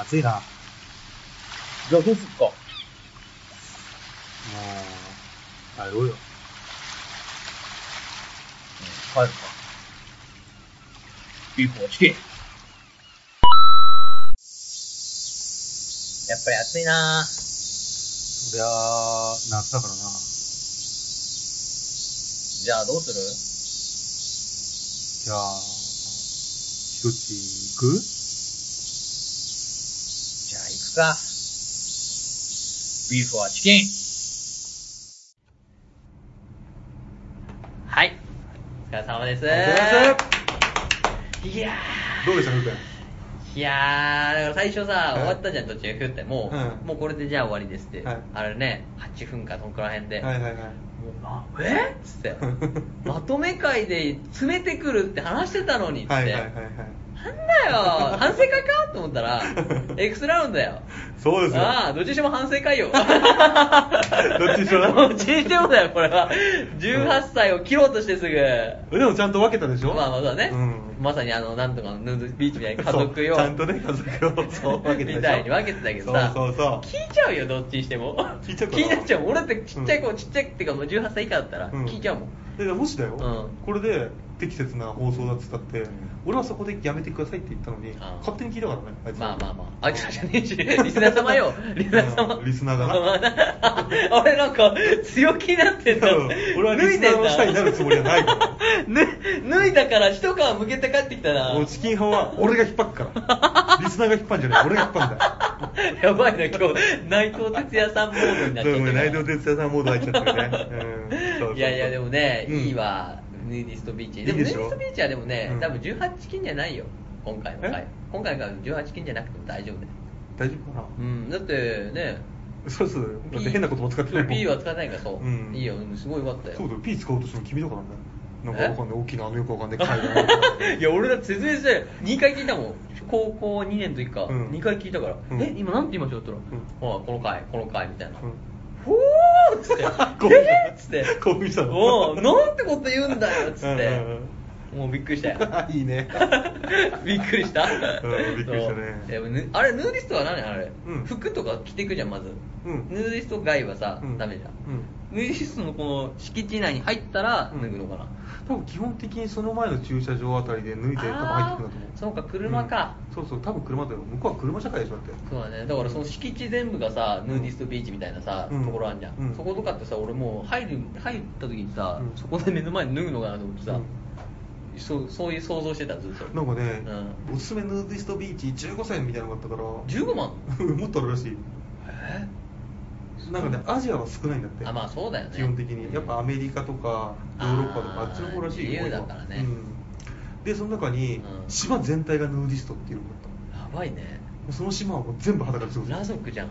F: 暑いな。
D: じゃあどうすっか
F: もう、帰ろうよ。
D: 帰るかビーフをチキンやっぱり暑いなぁ
F: そりゃあ、夏だからな。
D: じゃあどうする
F: じゃあ、ひとち行く
D: じゃあ行くか。ビーフはチキン。はい。お疲れ様です。いや
A: どうでしたふくん
D: ー、いやー、だから最初さ、
A: はい
D: 終わったじゃん、途中ふって、もう、
A: うん
D: もうこれでじゃあ終わりですって。
A: はい
D: あれね、8分か、そんくら辺で。
A: はいはいはい
D: もうなえっつ って。まとめ会で詰めてくるって話してたのにっつって。
A: はいはいはいはい
D: なんだよ、反省会かと思った ら、エクストラウンドだよ。
A: そうですよ
D: ああ、どっちにしても反省 会よ。ど
A: っちにしても
D: どっちにしてもだよ、これは。18歳を切ろうとしてすぐ。
A: でもちゃんと分けたでしょ
D: まあまあそうだね、
A: うん
D: まさにあの、なんとかのヌードビーチみたいに家族
A: そ
D: 用。
A: うちゃんとね家族をそう分けてたでしょ
D: みたいに分けてたけどさ。
A: そうそうそう
D: 聞いちゃうよ、どっちにしても。
A: 聞いちゃうか
D: 気
A: な
D: になっちゃう。俺だってちっちゃい子、ちっちゃいっていうかもう18歳以下だったら、聞いちゃうもん。
A: だからもしだよ、
D: うん
A: これで適切な放送だっつったって、俺はそこでやめてくださいって言ったのに、
D: ああ
A: 勝手に聞いたからねいつ
D: まあまあまあ、あいつらじゃねえし、リスナー様よ、リスナー様。
A: うんリスナーだな
D: まあな。 俺なんか強気になってんだ。
A: うん俺はリスナーの下になるつもりはないから
D: 脱脱いだから一皮向けて帰ってきたな
A: もう。チキン派は俺が引っ張る から。リスナーが引っ張るんじゃない、俺が引っ張るんだ。
D: やばいな、今日、内藤哲也さんモードになっちゃ
A: ご
D: っ
A: め
D: た
A: ん内藤哲也さんモード入っちゃったよね。うんそうそうそう
D: いやいや、でもね、
A: うん
D: いいわ、ヌーディストビーチ。
A: いい
D: でも、ヌー
A: で
D: デ
A: しょ
D: ィストビーチはでもね
A: う、ん
D: 多分18金じゃないよ、今回の回
A: え。
D: 今回が18金じゃなくても大丈夫だよ。
A: 大丈夫かな。
D: うん、だってね、
A: そうそう、だって変な言葉使ってないもん。
D: P は使ってないから、そう。
A: うん
D: いいよ、でもすごいよかったよ。
A: そうだよ、P 使おうとしても君だからね。なんか
D: え
A: わかんない、大きなあのよくわかんない会話。
D: いや、俺だって説明して、2回聞いたもん。高校2年の時か、
A: うん
D: 2回聞いたから、
A: うん
D: え、今なんて言いましょうって言ったら、
A: う
D: ほら、この回、この回、みたいな。
A: うん
D: ほーっ つって、
A: 興奮
D: えーっつって、
A: 興奮したの
D: おうなんてこと言うんだよっつって
A: うんうん、
D: もうびっくりしたよ。
A: いいね。
D: びっくりした
A: うんびっくりしたね
D: そういやぬあれ、ヌーディストは何あれ、
A: うん
D: 服とか着てくじゃん、まず。
A: うん
D: ヌーディスト外はさ、
A: うん
D: ダメじゃん。
A: うん
D: ヌーディストのこの敷地内に入ったら脱ぐのかな。
A: 多分基本的にその前の駐車場あたりで脱いで多分入ってくるんだと思
D: あ
A: う
D: ーそうか車か
A: うんそうそう多分車だよ向こうは車社会でしょだって
D: そうだねだからその敷地全部がさ、ヌーディストビーチみたいなさ、
A: うん
D: ところあんじゃん、
A: うん
D: そことかってさ俺もう入る入った時にさ、
A: うん
D: そこで目の前に脱ぐのかなと思ってさ、
A: うん
D: そうそういう想像してたずっと
A: なんかね、
D: う
A: おすすめヌーディストビーチ15歳みたいなのがあったから
D: 15万
A: もっとあるらしい
D: え
A: なんかねアジアは少ないんだって
D: あまあそうだよね
A: 基本的にやっぱアメリカとかヨーロッパとか
D: あ
A: あ
D: ー
A: っちの方らしい
D: 自由だ
A: 今
D: から
A: う
D: ね
A: んでその中に、
D: うん
A: 島全体がヌーディストっていうのがあったも
D: やばいね
A: うその島はもう全部裸で過ごす
D: ラ族じゃん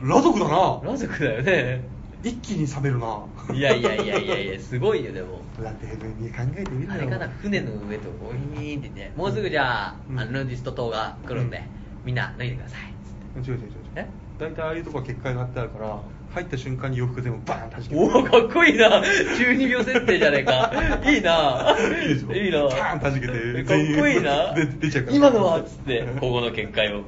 A: ラ族だな
D: ラ族だよね
A: 一気に冷めるない
D: やいやいやい やいやすごいよでも
A: だってに考えてみる
D: あれかな船の上とウィーンってねもうすぐじゃあ,、
A: うん
D: あのヌーディスト島が来るんで、
A: うん
D: みんな脱いでくださいっつって
A: 違う違う違う
D: え
A: 大体ああいうとこは結界が張ってあるから入った瞬間に洋服全部バーンって弾ける
D: おおかっこいいな12秒設定じゃねえかいいない
A: いでしょ
D: いいな
A: パーン弾けて
D: かっこいいな
A: 全員で出ちゃうから
D: 今のはっつってここの見解を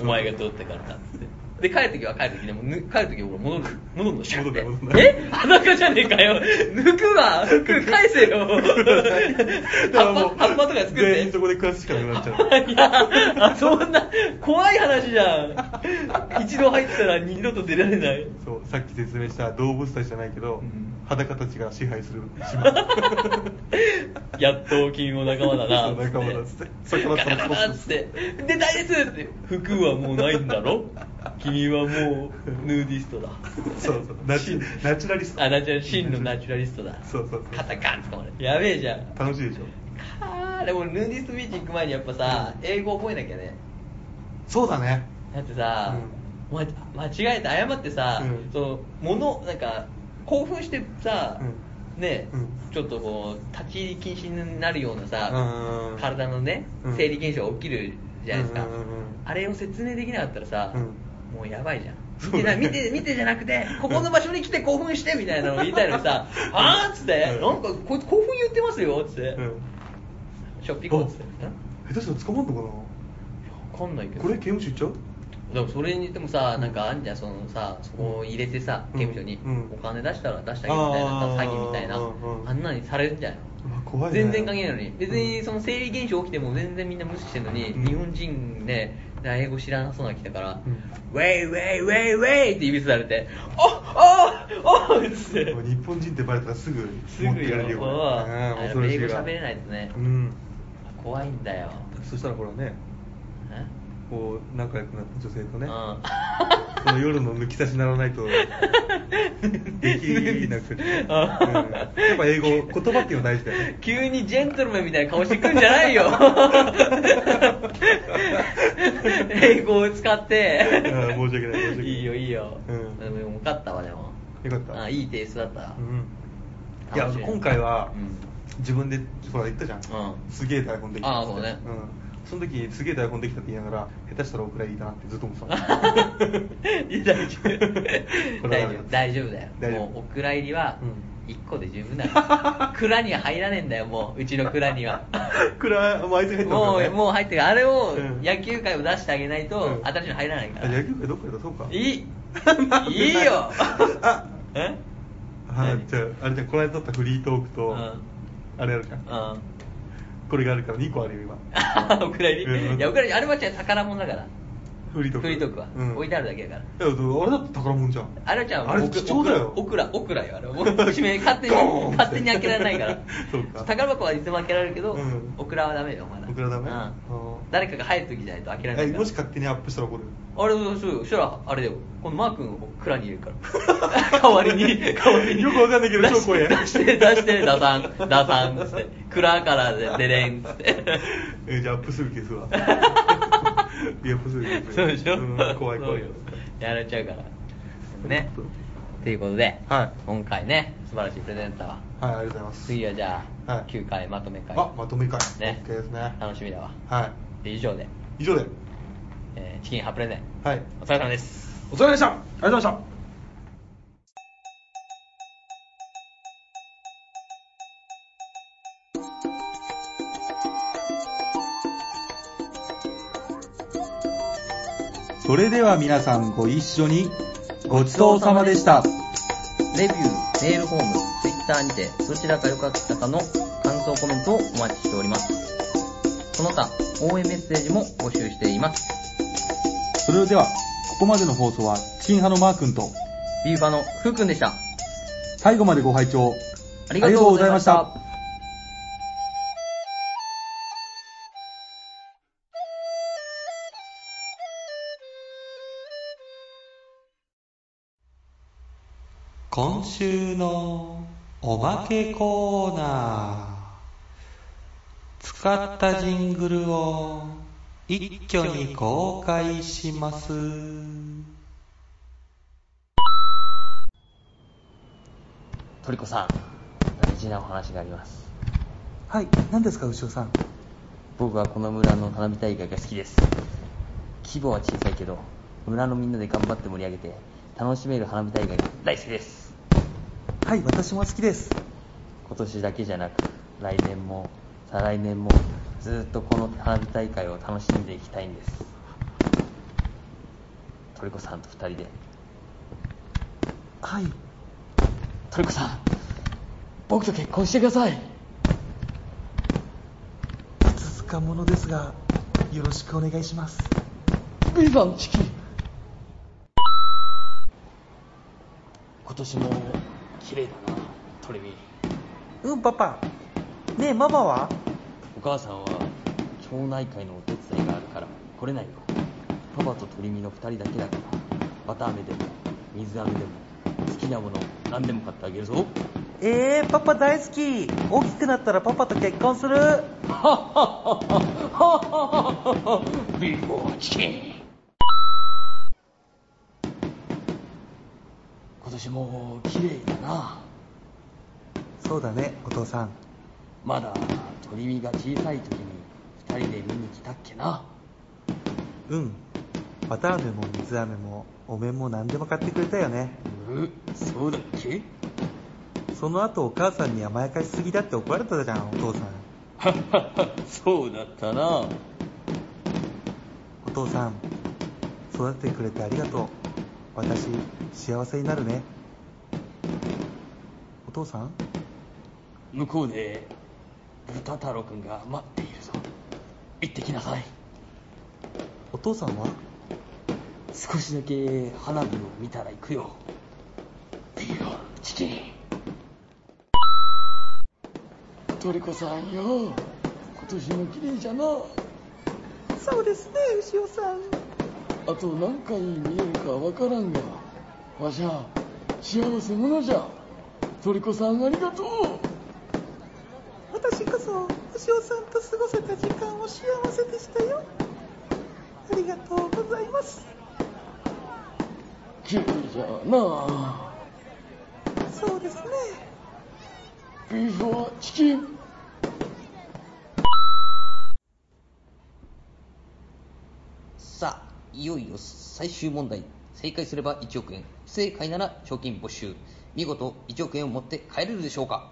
D: お前が通ったからだっつってで帰る時は帰る時でもぬ帰る時は俺戻る戻るのシャッて
A: 戻んない
D: え裸じゃねえかよ抜くわ服返せよ
A: だ からも
D: 葉
A: う
D: っぱ葉っぱとか作って
A: 全員そこで暮らすしかなくなっちゃう
D: いやあそんな怖い話じゃん一度入ったら二度と出られない
A: そうさっき説明した動物たちじゃないけど、
D: うん
A: 裸たちが支配する島
D: やっと君も仲間 だな
A: そう仲間だっつって
D: 魚だっつって出たいですって服はもうないんだ ろ君はもうヌーディストだ
A: そうそうナチナチュラリスト
D: あナチュラ真のナチュラリストだ
A: そうそうそう
D: 肩ガンつかまれやべえじゃん
A: 楽しいでしょ
D: あーでもヌーディストビーチ行く前にやっぱさ英語覚えなきゃね
A: そうだね
D: だってさ、お前間違えて謝ってさ、
A: うん
D: そのものなんか興奮してさ、ね、
A: うん
D: ちょっとこう立ち入り禁止になるような
A: うんうんう
D: さ
A: ん
D: 体のね
A: うん
D: 生理現象が起きるじゃないですか、
A: うんうんうん
D: あれを説明できなかったらさ、
A: うん
D: もうやばいじゃん
A: そ
D: 見
A: うだ
D: て
A: ね
D: な見て見てじゃな くてここの場所に来て興奮してみたいなのを言いたいのにさ「あー」っつって「
A: うん
D: なんかこいつ興奮言ってますよ」っつって、
A: うん
D: ショッピングっつって
A: あ
D: ん
A: 下手したら捕まんのか
D: わかんないけ
A: な
D: ど
A: これ刑務所行っちゃう
D: でもそれにでもさなんかあんじゃんそのさそこを入れてさ
A: うん
D: 刑務所に、
A: うん
D: お金出したら出してあげるみたいな
A: あー
D: 詐欺みたいな
A: うんうん
D: あんなにされるんじゃないの
A: うわ怖いね
D: 全然関係ないのに別に
A: うん
D: その生理現象起きても全然みんな無視してるのに、
A: うん
D: 日本人ね英語知らなそうなの来たから、
A: うん
D: ウェイウェイウェイウェイって指されて「おおおっ!」つって
A: もう日本人ってバレたらすぐ
D: す
A: 持っ
D: ぐ
A: ていか
D: よ
A: れるよ
D: そう
A: うん
D: あ
A: 恐
D: の
A: ろし
D: 英
A: い
D: 語
A: わ
D: 喋れないとね、
A: うん
D: 怖いんだよ
A: そしたらほらね
D: え
A: こう仲良くなった女性とね
D: うん
A: その夜の抜き差しならない とできなくて、うん
D: あ
A: やっぱ英語言葉っていうの大事だよね
D: 急にジェントルマンみたいな顔してくんじゃな いよ英語を使って
A: うん申し訳ない申し訳ない
D: いいよいいよ、
A: うん
D: でもよかったわでも
A: よかった
D: あいいテイストだった、
A: うんいや
D: 楽しみ
A: 今回は
D: うん
A: 自分でほら言ったじゃん、
D: うん
A: すげえ台本できた
D: あーそうね
A: うん、その時すげえ台本できたって言いながら下手したらお蔵入りだなってずっと思ってたこ
D: いや大丈夫
A: れ
D: 大
A: は
D: 丈夫大丈夫だよ
A: 大丈夫
D: もうお蔵入りは
A: う
D: 1個で 十分だから蔵には入らねえんだよもううちの蔵には
A: 蔵もうあいつが入ってた
D: もうもう入ってるあれを
A: うん
D: 野球界を出してあげないと
A: うん
D: 新しいの入らないから、
A: あ野球界どっかで出そうか
D: いいいいよ
A: あ
D: え
A: あ
D: 何
A: じゃああれじゃんこの間撮ったフリートークと、
D: うん
A: あれあるか
D: うん
A: これがあるから2個あるよ今
D: お蔵入
A: う
D: り
A: ん
D: いやお蔵入りあれは違う宝物だから
A: フリートーク
D: フリートークは、
A: うん
D: 置いてあるだけだから
A: いやあれだって宝物じゃん
D: あれちゃん
A: あれ貴重だよ
D: オクラオクラよあれもう締め勝手に
A: ゴーンって
D: 勝手に開けられないから
A: そうか
D: 宝箱はいつでも開けられるけど、
A: うん
D: オクラはダメよまだ
A: オクラダメ
D: うん
A: あー
D: 誰かが入る時じゃないと開けられない
A: え
D: から
A: もし勝手にアップしたら怒る
D: あれそうよそしたらあれだよこのマー君をオクラに入れるから 代わりに代わりに
A: よくわかんないけど
D: 出し
A: 超怖い
D: 出して出してダサンダサンっつってクラからでデレンっつって
A: えじゃあアップすぐ消す わいやアップすぐ消す
D: そうでしょ、
A: ん怖い怖い
D: そうよやられちゃうからねということで、
A: はい
D: 今回ね素晴らしいプレゼンターは
A: はいありがとうございます
D: 次はじゃあ、
A: はい
D: 9回まとめ会
A: あまとめ会
D: ね
A: OK ですね
D: 楽しみだわ
A: は
D: で以上で、
A: い以上で
D: えーチキンハプレゼン
A: はい
D: お疲れ様です
A: お疲れ様でしたありがとうございました
G: それでは皆さんご一緒にごちそうさまでした。
B: レビュー、メールフォーム、ツイッターにて、どちらが良かったかの感想コメントをお待ちしております。その他、応援メッセージも募集しています。
G: それでは、ここまでの放送はチキン派のマー君と
B: ビーバーのふうくんでした。
G: 最後までご拝聴
B: ありがとうございまし
G: ありがとうございました
B: た。
G: 今週のおまけコーナー使ったジングルを一挙に公開します
D: トリコさん大事なお話があります
G: はい何ですか牛尾さん
D: 僕はこの村の花火大会が好きです規模は小さいけど村のみんなで頑張って盛り上げて
H: 楽しめる花火大会が大好きです
A: はい、私も好きです。
H: 今年だけじゃなく来年も再来年もずっとこの花火大会を楽しんでいきたいんですトリコさんと2人で
A: はい、
H: トリコさん僕と結婚してください
A: いつつかものですが、よろしくお願いします。
H: ビバンチキ今年も綺麗だなトレビ
A: うん、パパ。ねえ、ママは
H: お母さんは町内会のお手伝いがあるから来れないよパパと鳥見の2人だけだからバタ飴でも水飴でも好きなもの何でも買ってあげるぞ
A: えー、パパ大好き。大きくなったらパパと結婚する。
H: ビーボーチキン今年も綺麗だな
A: そうだね、お父さん。
H: まだ鳥見が小さい時に2人で見に来たっけな
A: うん。バタ飴も水飴もお面も何でも買ってくれたよね。
H: うそうだっけ
A: その後お母さんに甘やかしすぎだって怒られたじゃん、お父さん。
H: そうだったな
A: お父さん、育ててくれてありがとう。私、幸せになるね。お父さん
H: 向こうで豚太郎くんが待っているぞ行ってきなさい
A: お父さんは
H: 少しだけ花火を見たら行くよビーガンチキントリコさんよ今年も綺麗じゃな
A: そうですね、牛尾さん。
H: あと何回見えるかわからんがわしゃ幸せ者じゃトリコさんありがとう
A: 私こそ、牛尾さんと過ごせた時間を幸せでしたよ。ありがとうございます。
H: 綺麗じゃな
A: そうですね。
H: ビーフはチキンさあいよいよ最終問題正解すれば1億円不正解なら賞金没収見事1億円を持って帰れるでしょうか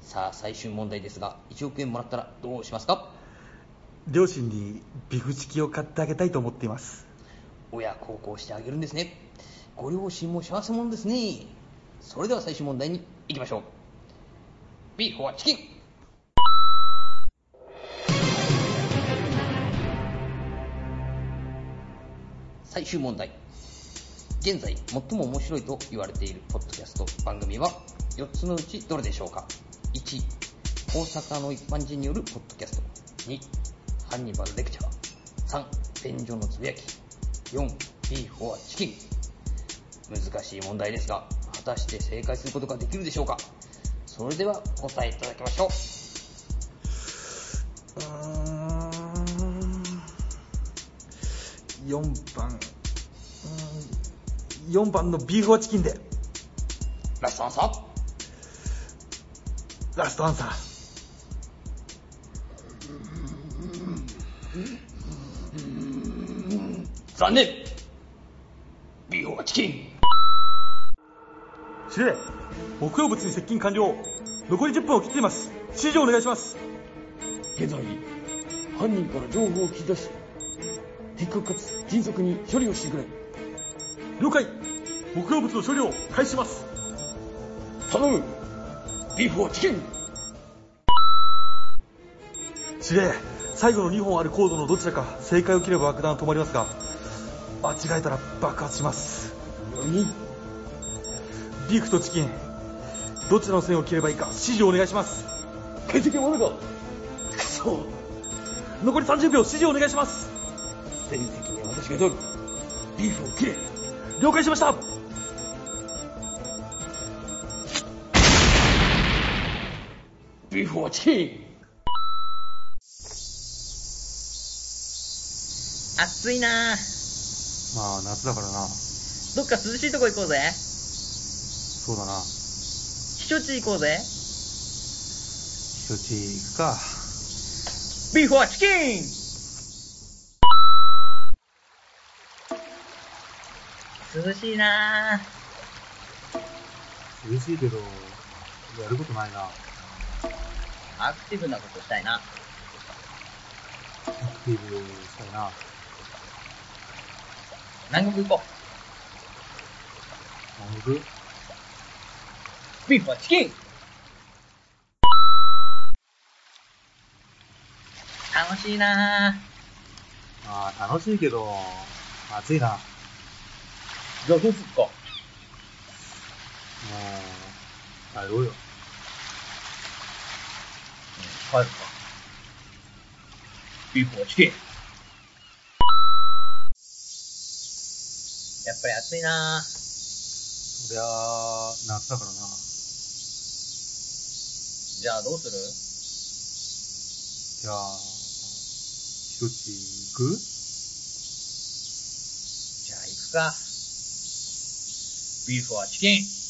H: さあ最終問題ですが1億円もらったらどうしますか
A: 両親にビフチキを買ってあげたいと思っています。
H: 親孝行してあげるんですねご両親も幸せ者ですねそれでは最終問題に行きましょうビーフォアチキン最終問題現在最も面白いと言われているポッドキャスト番組は4つのうちどれでしょうか1大阪の一般人によるポッドキャスト2ハンニバルレクチャー3便所のつぶやき4ビーフォアチキン難しい問題ですが果たして正解することができるでしょうかそれではお答えいただきましょう
A: うーん4番うーん4番のビーフォーチキンで
H: ラストアンサー
A: ラストアンサー
H: 残念ビーフォアチキン
A: 司令木曜物に接近完了残り10分を切っています指示をお願いします
H: 現在犯人から情報を聞き出し的確かつ迅速に処理をしてくれ
A: 了解木曜物の処理を開始します
H: 頼むビーフォアチキン
A: 司令最後の2本あるコードのどちらか正解を切れば爆弾は止まりますが間違えたら爆発します
H: 何
A: ビーフとチキンどちらの線を切ればいいか指示をお願いします
H: 解析はまだかくそ
A: 残り30秒指示をお願いします
H: 全責任は私が取るビーフを切れ
A: 了解しました
H: ビーフォアチキン
B: 暑いな
I: まあ夏だからな。
B: どっか涼しいとこ行こうぜ
I: そうだな。
B: 避暑地行こうぜ
I: 避暑地行くか。
B: ビーフォアチキン涼しいなぁ。
A: 嬉しいけど、やることないな。
B: アクティブなことしたいな。
A: アクティブしたいな。
B: 南国行こ
A: 南国
B: う。ビーフはチキン楽しいなぁ。
A: ああ、楽しいけど、暑いな。も
B: じゃあどうすっか。
A: う、帰ろうよ。
B: 帰るか。ビーフはチキン。やっぱり暑いなぁ。
A: そりゃあ、夏だからな。
B: じゃあどうする
A: じゃあ、ひとち行く
B: じゃあ行くか。ビーフはチキン。